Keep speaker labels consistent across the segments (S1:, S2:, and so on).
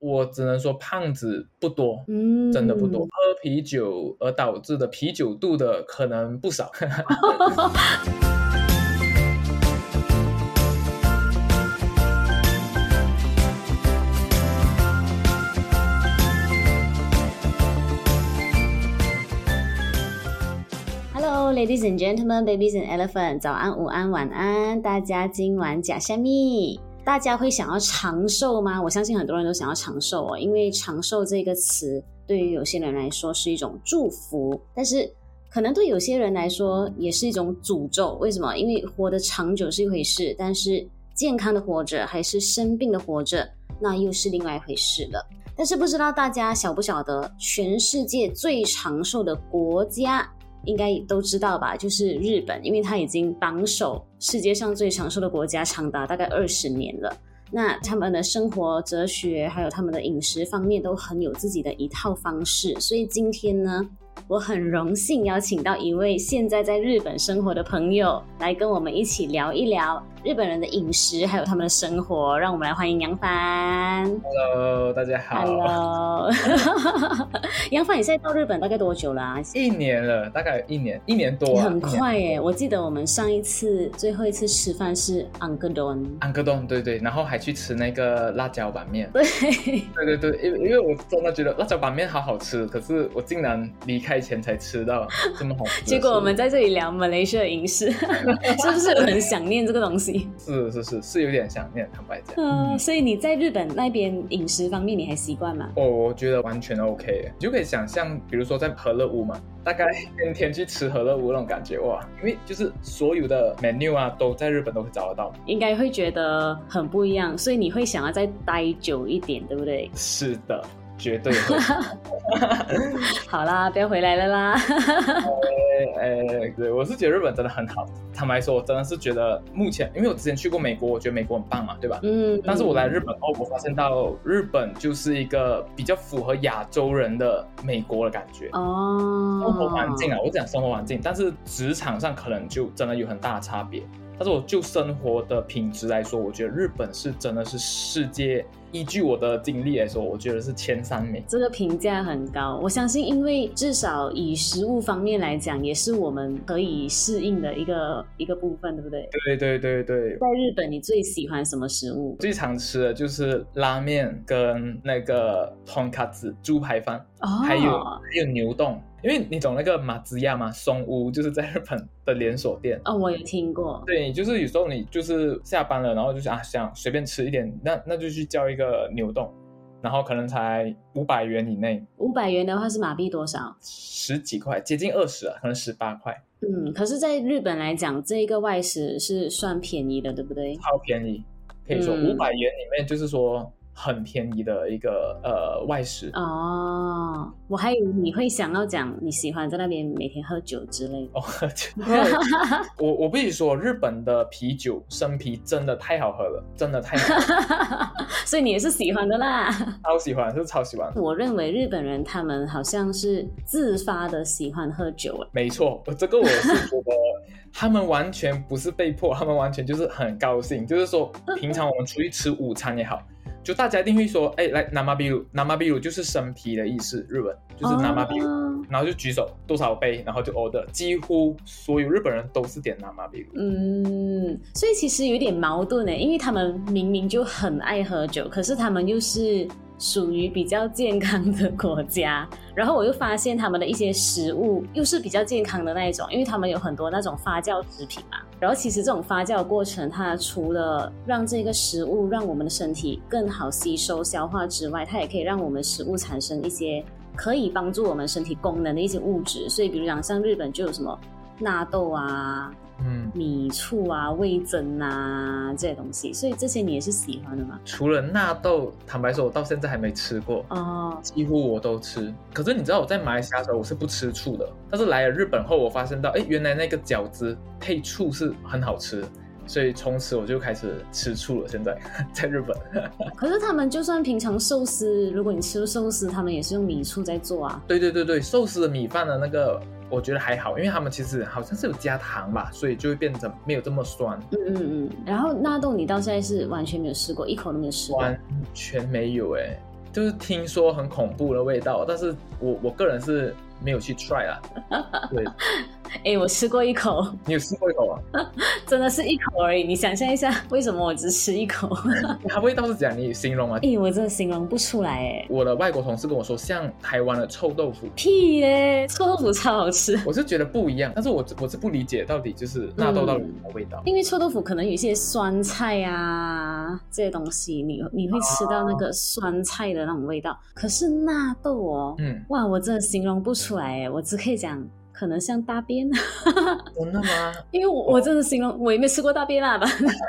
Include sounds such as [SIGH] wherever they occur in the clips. S1: 我只能说胖子不多，
S2: 嗯，
S1: 真的不多。。喝啤酒而导致的啤酒肚的可能不少。
S2: Hello, ladies and gentlemen, babies and elephant，早安、午安、晚安，大家今晚假虾米？大家会想要长寿吗？我相信很多人都想要长寿哦，因为长寿这个词对于有些人来说是一种祝福，但是可能对有些人来说也是一种诅咒。为什么？因为活得长久是一回事，但是健康的活着还是生病的活着，那又是另外一回事了。但是不知道大家晓不晓得，全世界最长寿的国家应该都知道吧？就是日本，因为它已经榜首世界上最长寿的国家，长达大概二十年了。那他们的生活哲学，还有他们的饮食方面，都很有自己的一套方式。所以今天呢，我很荣幸邀请到一位现在在日本生活的朋友，来跟我们一起聊一聊日本人的饮食，还有他们的生活。让我们来欢迎杨帆。
S1: Hello，大家好。
S2: 哎 Hello，杨帆，你现在到日本大概多久啦、啊
S1: 一年了，大概有一年，一年多、啊，
S2: 很快
S1: 耶。
S2: 耶！我记得我们上一次最后一次吃饭是 Uncle Don，
S1: 安哥洞，对对，然后还去吃那个辣椒板面。
S2: 对，
S1: 对对对，因为因为我真的觉得辣椒板面好好吃，可是我竟然离开前才吃到这么好吃的食物。
S2: 结果我们在这里聊马来西亚饮食， [LAUGHS] 是不是很想念这个东西？
S1: 是是是是有点想念，坦白讲。
S2: 嗯，所以你在日本那边饮食方面你还习惯吗？
S1: 哦，我觉得完全 OK，你就可以想象，比如说在和乐屋嘛，大概天天去吃和乐屋那种感觉哇，因为就是所有的 menu 啊都在日本都会找得到，
S2: 应该会觉得很不一样，所以你会想要再待久一点，对不对？
S1: 是的，绝对会。
S2: 好啦，不要回来了啦。
S1: 呃，对，我是觉得日本真的很好。坦白说，我真的是觉得目前，因为我之前去过美国，我觉得美国很棒嘛，对吧？
S2: 嗯，
S1: 但是我来日本后，我发现到日本就是一个比较符合亚洲人的美国的感觉。
S2: 哦，
S1: 生活环境啊，我讲生活环境，但是职场上可能就真的有很大的差别。但是我就生活的品质来说，我觉得日本是真的是世界，依据我的经历来说，我觉得是前三名。
S2: 这个评价很高，我相信，因为至少以食物方面来讲，也是我们可以适应的一个一个部分，对不对？
S1: 对对对对，
S2: 在日本，你最喜欢什么食物？
S1: 最常吃的就是拉面跟那个 tonkatsu 猪排饭，
S2: 哦，
S1: 还有、还有牛冻。因为你懂那个马兹亚嘛，松屋就是在日本的连锁店。
S2: 哦，我有听过，
S1: 对，就是有时候你就是下班了，然后就是啊想随便吃一点，那那就去叫一个牛冻，然后可能才五百元以内，
S2: 五百元的话是马币多少？
S1: 十几块，接近二十啊，可能十八块，
S2: 嗯，可是，在日本来讲，这一个外食是算便宜的，对不对？
S1: 超便宜，可以说
S2: 嗯
S1: 五百元里面就是说很便宜的一个呃外食。
S2: 哦，我还以为你会想要讲你喜欢在那边每天喝酒之类的。 [LAUGHS]
S1: 哦， [LAUGHS] 就我我必须说，日本的啤酒生啤真的太好喝了，真的太好喝了
S2: 所以你也是喜欢的啦。
S1: 超喜欢，是超喜欢。
S2: 我认为日本人他们好像是自发的喜欢喝酒了。
S1: 没错，呃我这个我是觉得他们完全不是被迫，他们完全就是很高兴，就是说平常我们出去吃午餐也好，就大家一定会说，哎，来 nama biru，nama biru 就是生啤的意思，日文就是 nama biru，、
S2: 哦
S1: 然后就举手多少杯，然后就 order，几乎所有日本人都是点 nama biru。
S2: 嗯，所以其实有点矛盾呢，因为他们明明就很爱喝酒，可是他们又是属于比较健康的国家。然后我又发现他们的一些食物又是比较健康的那一种，因为他们有很多那种发酵食品嘛。然后其实这种发酵的过程，它除了让这个食物让我们的身体更好吸收消化之外，它也可以让我们食物产生一些可以帮助我们身体功能的一些物质。所以比如讲像日本就有什么纳豆啊，
S1: 嗯，
S2: 米醋啊、味增啊这些东西，所以这些你也是喜欢的嘛？
S1: 除了纳豆，坦白说，我到现在还没吃过。
S2: 哦，
S1: 几乎我都吃。可是你知道我在马来西亚的时候我是不吃醋的，但是来了日本后，我发现到，哎，原来那个饺子配醋是很好吃，所以从此我就开始吃醋了。现在 [LAUGHS] 在日本，
S2: 可是他们就算平常寿司，如果你吃寿司，他们也是用米醋在做啊。
S1: 对对对对，寿司的米饭的那个我觉得还好，因为他们其实好像是有加糖吧，所以就会变成没有这么酸，
S2: 嗯嗯嗯。然后纳豆你到现在是完全没有试过，一口都没有试过。
S1: 完全没有哎、就是听说很恐怖的味道，但是我我个人是没有去 try 啊。对，
S2: 哎，我吃过一口， [LAUGHS]
S1: 你有试过一口啊？
S2: 真的是一口而已。你想象一下，为什么我只吃一口？
S1: [LAUGHS] 它味道是怎样？你形容啊？
S2: [LAUGHS] 哎，我真的形容不出来哎。
S1: 我的外国同事跟我说，像台湾的臭豆腐，
S2: 屁嘞，臭豆腐超好吃。
S1: 我是觉得不一样，但是我我是不理解到底就是纳豆到底什么味道。
S2: 因为臭豆腐可能有一些酸菜啊这些东西，你你会吃到那个酸菜的那种味道。可是纳豆哦，
S1: 嗯，
S2: 哇，我真的形容不出来哎，我只可以讲可能像大便， [LAUGHS]
S1: 真的吗？
S2: 因为我我真的形容我也没吃过大便啦吧，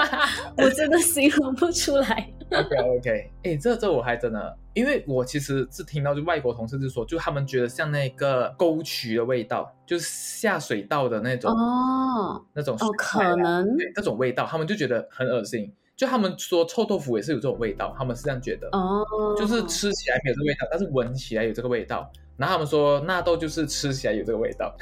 S2: [LAUGHS] 我真的形容不出
S1: [LAUGHS]
S2: 来。
S1: OK OK，哎、这这我还真的，因为我其实是听到就外国同事就说，就他们觉得像那个沟渠的味道，就是下水道的那种、
S2: 哦
S1: 那种
S2: 哦，
S1: 水
S2: 可
S1: 啊
S2: 能
S1: 对那种味道，他们就觉得很恶心。就他们说臭豆腐也是有这种味道，他们是这样觉得，
S2: 哦，
S1: 就是吃起来没有这个味道，但是闻起来有这个味道。然后他们说纳豆就是吃起来有这个味道，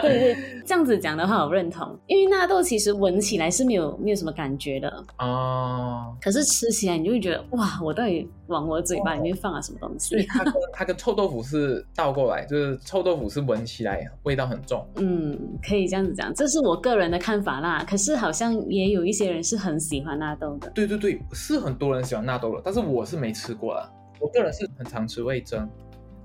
S2: 对对，这样子讲的话我认同，因为纳豆其实闻起来是没有没有什么感觉的，
S1: 哦，
S2: 可是吃起来你就会觉得哇，我到底往我嘴巴里面放了什么东
S1: 所以
S2: 西？
S1: 它跟它跟臭豆腐是倒过来，就是臭豆腐是闻起来味道很重。
S2: 嗯，可以这样子讲，这是我个人的看法啦。可是好像也有一些人是很喜欢纳豆的。
S1: 对对对，是很多人喜欢纳豆了，但是我是没吃过啦。我个人是很常吃味噌，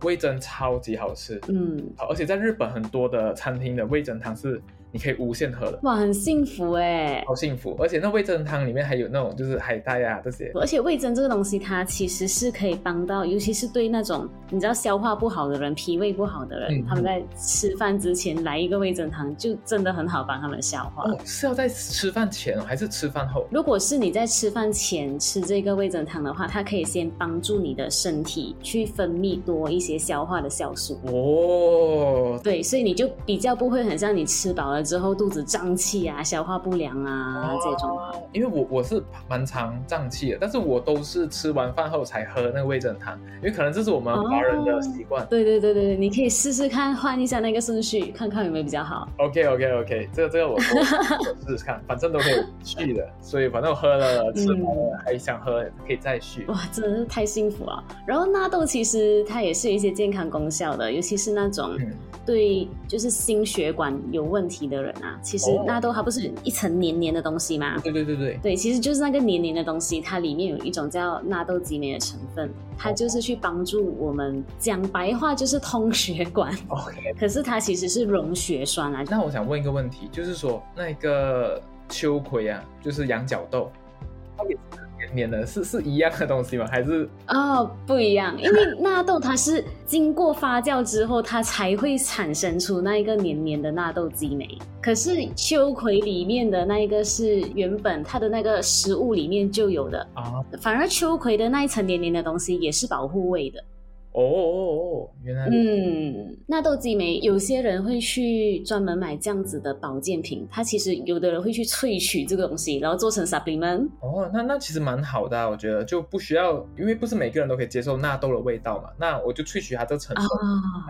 S1: 味噌超级好吃，
S2: 嗯，
S1: 好而且在日本很多的餐厅的味噌汤是你可以无限喝的，
S2: 哇，很幸福哎。
S1: 好幸福。而且那味噌汤里面还有那种就是海带啊这些，
S2: 而且味噌这个东西，它其实是可以帮到，尤其是对那种你知道消化不好的人、脾胃不好的人，
S1: 嗯
S2: 他们在吃饭之前来一个味噌汤，就真的很好帮他们消化。
S1: 哦，是要在吃饭前哦，还是吃饭后？
S2: 如果是你在吃饭前吃这个味噌汤的话，它可以先帮助你的身体去分泌多一些消化的酵素。
S1: 哦，
S2: 对，所以你就比较不会很像你吃饱了之后肚子胀气啊、消化不良啊、这种。
S1: 因为我我是蛮常胀气的，但是我都是吃完饭后才喝那个味噌汤，因为可能这是我们华人的习惯。
S2: 对对对对对，你可以试试看换一下那个顺序，看看有没有比较好。
S1: OK OK OK，这个这个我说我试试看，反正都可以续的，所以反正我喝了吃完了、还想喝，可以再续。
S2: 哇，真的是太幸福了。然后纳豆其实它也是有一些健康功效的，尤其是那种
S1: 嗯，
S2: 对就是心血管有问题的人啊，其实
S1: 哦
S2: 纳豆它不是有一层黏黏的东西吗？
S1: 对对对对，
S2: 对，其实就是那个黏黏的东西，它里面有一种叫纳豆激酶的成分，它就是去帮助我们讲白话就是通血管。
S1: OK
S2: 可是它其实是溶血栓啊。
S1: 那我想问一个问题，就是说那个秋葵啊，就是羊角豆，它也是黏黏的，是是一样的东西吗？还是
S2: 哦，不一样，因为纳豆它是经过发酵之后，它才会产生出那一个黏黏的纳豆激酶。可是秋葵里面的那一个是原本它的那个食物里面就有的，
S1: 啊？哦
S2: 反而秋葵的那一层黏黏的东西也是保护胃的。
S1: 哦哦，哦原来、
S2: 嗯，纳豆激酶，有些人会去专门买这样子的保健品，它其实有的人会去萃取这个东西，然后做成 supplement。
S1: 哦，那那其实蛮好的啊、我觉得就不需要，因为不是每个人都可以接受纳豆的味道嘛，那我就萃取它这成
S2: 啊
S1: 分、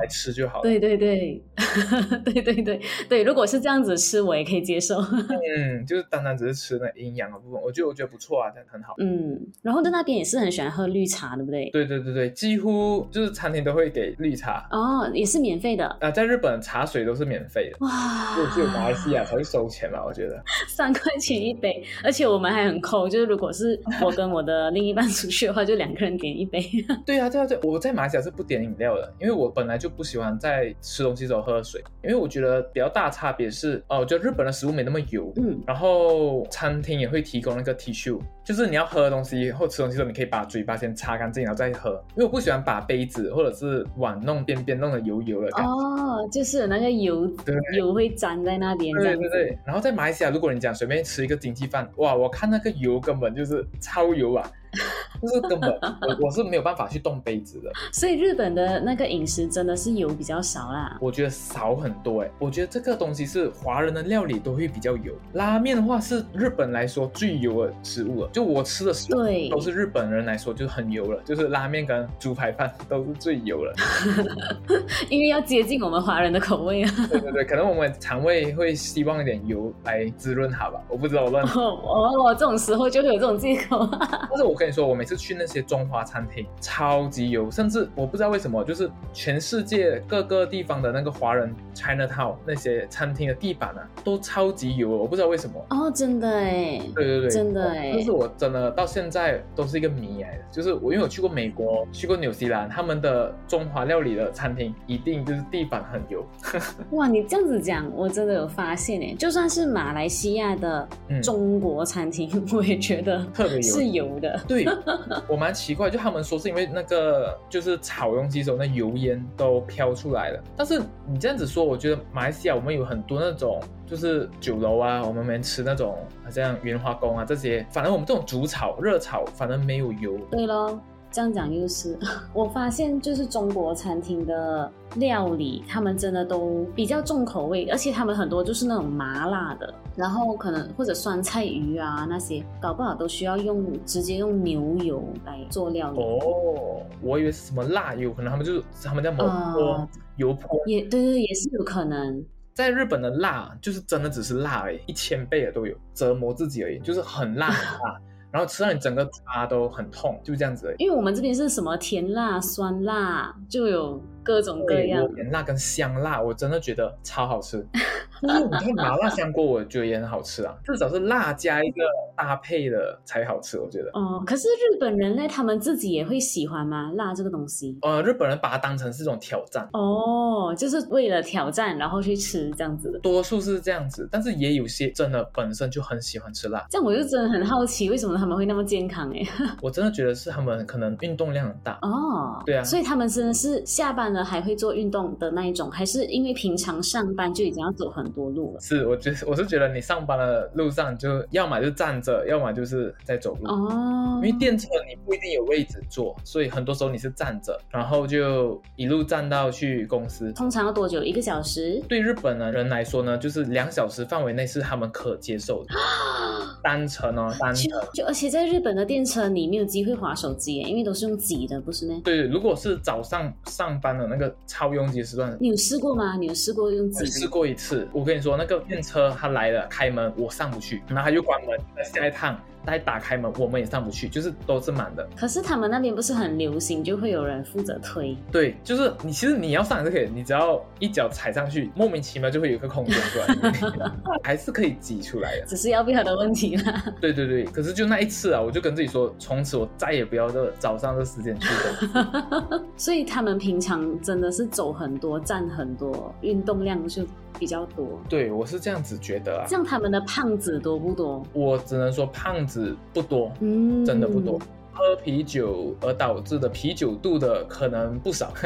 S1: 来吃就好了。
S2: [LAUGHS] 对对对， [LAUGHS] 对对对对，如果是这样子吃，我也可以接受。 [LAUGHS]
S1: 嗯，就是单单只是吃那营养的部分，我觉得我觉得不错啊，这样很好。
S2: 嗯，然后在那边也是很喜欢喝绿茶，对不对？
S1: 对对对对，几乎就是餐厅都会给绿茶啊、
S2: 哦，也是免费的。
S1: 在日本茶水都是免费的，
S2: 哇，
S1: 就只有马来西亚才会收钱吧？我觉得。
S2: 三块钱一杯，而且我们还很抠，就是如果是我跟我的另一半出去的话，就两个人点一杯。 [LAUGHS]
S1: 对啊对啊对，我在马来西亚是不点饮料的，因为我本来就不喜欢在吃东西的时候喝水，因为我觉得比较大差别是，哦、我觉得日本的食物没那么油。
S2: 嗯，
S1: 然后餐厅也会提供那个 tissue，就是你要喝东西或吃东西的时候，你可以把嘴巴先擦干净，然后再喝。因为我不喜欢把杯子或者是碗弄边边弄得油油的感觉。
S2: 哦，就是有那个油
S1: 对
S2: 油会粘在那边，这
S1: 对
S2: 样子
S1: 对对，然后在马来西亚，如果你讲随便吃一个经济饭，哇，我看那个油根本就是超油啊，就是根本我我是没有办法去动杯子的，
S2: 所以日本的那个饮食真的是油比较少啦。
S1: 我觉得少很多哎、我觉得这个东西是华人的料理都会比较油，拉面的话是日本来说最油的食物了，就我吃的食物
S2: 对
S1: 都是日本人来说就是很油了， [LAUGHS] 就是拉面跟猪排饭都是最油了。 [LAUGHS]
S2: 因为要接近我们华人的口
S1: [LAUGHS]
S2: 味啊。
S1: 对对对，可能我们肠胃会希望一点油来滋润它吧，我不知道我乱
S2: [LAUGHS] 哦，哦，这种时候就会有这种借口。
S1: 但是我跟你说，我每次次去那些中华餐厅，超级油，甚至我不知道为什么，就是全世界各个地方的那个华人 China Town 那些餐厅的地板啊，都超级油，我不知道为什么。
S2: [LAUGHS] 哦，真的哎，
S1: 对对对，
S2: 真的
S1: 但
S2: 哎
S1: 是，我真的到现在都是一个谜哎，就是我因为我去过美国，去过纽西兰，他们的中华料理的餐厅一定就是地板很油，
S2: 哇，你这样子讲，我真的有发现哎，就算是马来西亚的
S1: 嗯，
S2: 中国餐厅， [LAUGHS] 我也觉得
S1: 特别油
S2: 是。油的。 [LAUGHS]
S1: 对，我蛮奇怪，就他们说是因为那个就是炒东西的时候，那油烟都飘出来了。但是你这样子说，我觉得马来西亚我们有很多那种就是酒楼啊，我们没吃那种好像元华宫啊这些，反正我们这种煮炒热炒，反正没有油。
S2: 对咯，这样讲又是， [LAUGHS] 我发现就是中国餐厅的料理，他们真的都比较重口味，而且他们很多就是那种麻辣的，然后可能或者酸菜鱼啊那些，搞不好都需要用直接用牛油来做料理。
S1: 哦，我以为是什么辣油，可能他们就是他们叫某坡、
S2: 呃
S1: 油泼。
S2: 也对对，也是有可能。
S1: 在日本的辣就是真的只是辣而已，一千倍的都有，折磨自己而已，就是很辣很
S2: [LAUGHS]
S1: 辣，然后吃到你整个牙都很痛，就这样子而已。
S2: 因为我们这边是什么甜辣、酸辣，就有各种各
S1: 对，
S2: 样
S1: 有。点辣跟香辣，我真的觉得超好
S2: [LAUGHS]
S1: 吃。就是你看麻辣香锅，我觉得也很好吃啊，至少是辣加一个搭配的才好吃，我觉得。
S2: 哦，可是日本人呢，他们自己也会喜欢吗？辣这个东西？
S1: 呃，日本人把它当成是一种挑战，
S2: 哦，就是为了挑战，然后去吃这样子的。
S1: 多数是这样子，但是也有些真的本身就很喜欢吃辣。
S2: 这样我就真的很好奇，为什么他们会那么健康哎、
S1: 我真的觉得是他们可能运动量很大，
S2: 哦，
S1: 对啊
S2: 所以他们真的是下班了还会做运动的那一种，还是因为平常上班就已经要走很多路了？
S1: 是，我觉得我是觉得你上班的路上就要么就站着，要么就是在走路。
S2: 哦
S1: 因，为电车你不一定有位置坐，所以很多时候你是站着，然后就一路站到去公司。
S2: 通常要多久？一个小时？
S1: 对日本的人来说呢，就是两小时范围内是他们可接受的。单程哦，单
S2: 就
S1: 程。
S2: 就而且在日本的电车，你没有机会划手机耶，欸因为都是用挤的，不是呢？
S1: 对，如果是早上上班的那个超拥挤的时段，
S2: 你有试过吗？你有试过用
S1: 我
S2: 挤
S1: 试
S2: 的吗？
S1: 过一次，我跟你说，那个电车它来了，开门我上不去，然后它就关门，下一趟再打开门，我们也上不去，就是都是满的。
S2: 可是他们那边不是很流行，就会有人负责推。
S1: 对，就是你其实你要上也是可以，你只要一脚踩上去，莫名其妙就会有一个空间出
S2: [LAUGHS]
S1: 来， [LAUGHS] 还是可以挤出来的。
S2: 只是要不要的问题啦。 [LAUGHS]
S1: 对对对，可是就那一次啊，我就跟自己说，从此我再也不要这早上这时间去的。
S2: 所以他们平常真的是走很多、站很多，运动量就比较多。
S1: [LAUGHS] 对我是这样子觉得啊，
S2: 这样他们的胖子多不多？
S1: 我只能说胖子不多，
S2: 嗯，
S1: 真的不多。。喝啤酒而导致的啤酒肚的可能不少。 [LAUGHS]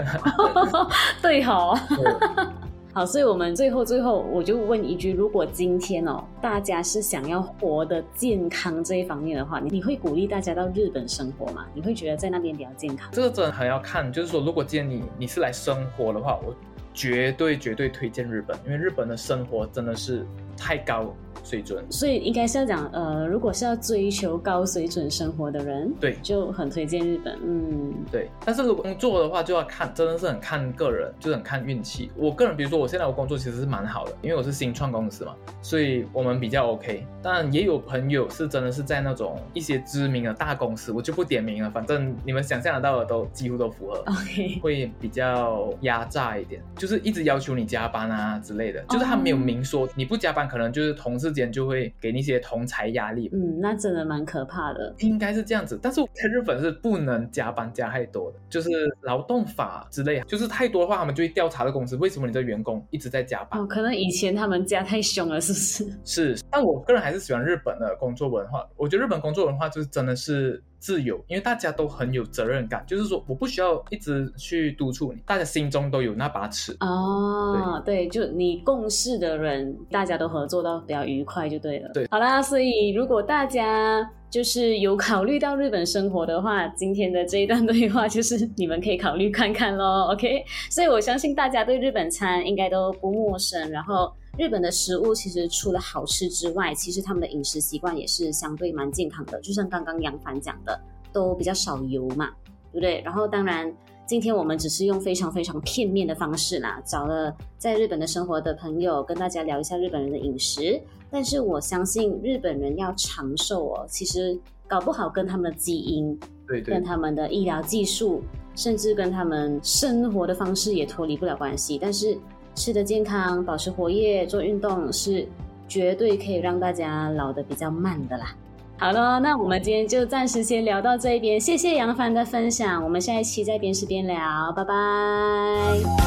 S2: 对好、哦， [LAUGHS]
S1: 对
S2: 好，所以我们最后最后我就问一句：如果今天哦，大家是想要活得健康这一方面的话，你你会鼓励大家到日本生活吗？你会觉得在那边比较健康？
S1: [LAUGHS] 这个真的很要看，就是说，如果今天你你是来生活的话，我绝对绝对推荐日本，因为日本的生活真的是太高水准。
S2: 所以应该是要讲，呃，如果是要追求高水准生活的人，
S1: 对
S2: 就很推荐日本。嗯， [LAUGHS]
S1: 对，但是如果工作的话，就要看，真的是很看个人，就是很看运气。我个人，比如说我现在我工作其实是蛮好的，因为我是新创公司嘛，所以我们比较 OK。但也有朋友是真的是在那种一些知名的大公司，我就不点名了，反正你们想象得到的都几乎都符合。
S2: OK，
S1: 会比较压榨一点，就是一直要求你加班啊之类的，就是他没有明说，你不加班，可能就是同事间就会给你一些同财压力，
S2: 嗯，那真的蛮可怕的。
S1: 应该是这样子。但是我在日本是不能加班加太多的，就是劳动法之类，啊就是太多的话，他们就会调查的公司为什么你的员工一直在加班。
S2: 哦，可能以前他们家太凶了，是不是？
S1: 是，但我个人还是喜欢日本的工作文化。我觉得日本工作文化就是真的是自由，因为大家都很有责任感，就是说我不需要一直去督促你，大家心中都有那把尺。
S2: 哦，对，就你共事的人，大家都合作到比较愉快就对了。
S1: 对，
S2: 好啦，所以如果大家就是有考虑到日本生活的话，今天的这一段对话就是你们可以考虑看看咯 OK，所以我相信大家对日本餐应该都不陌生，然后。日本的食物其实除了好吃之外，其实他们的饮食习惯也是相对蛮健康的，就像刚刚杨凡讲的，都比较少油嘛。对不对？然后当然，今天我们只是用非常非常片面的方式啦，找了在日本的生活的朋友，跟大家聊一下日本人的饮食。但是我相信日本人要长寿哦，其实搞不好跟他们的基因
S1: 对对
S2: 跟他们的医疗技术，甚至跟他们生活的方式也脱离不了关系。但是吃得健康、保持活跃、做运动是绝对可以让大家老得比较慢的啦。好了，那我们今天就暂时先聊到这边，谢谢杨帆的分享，我们下一期再边吃边聊，拜拜。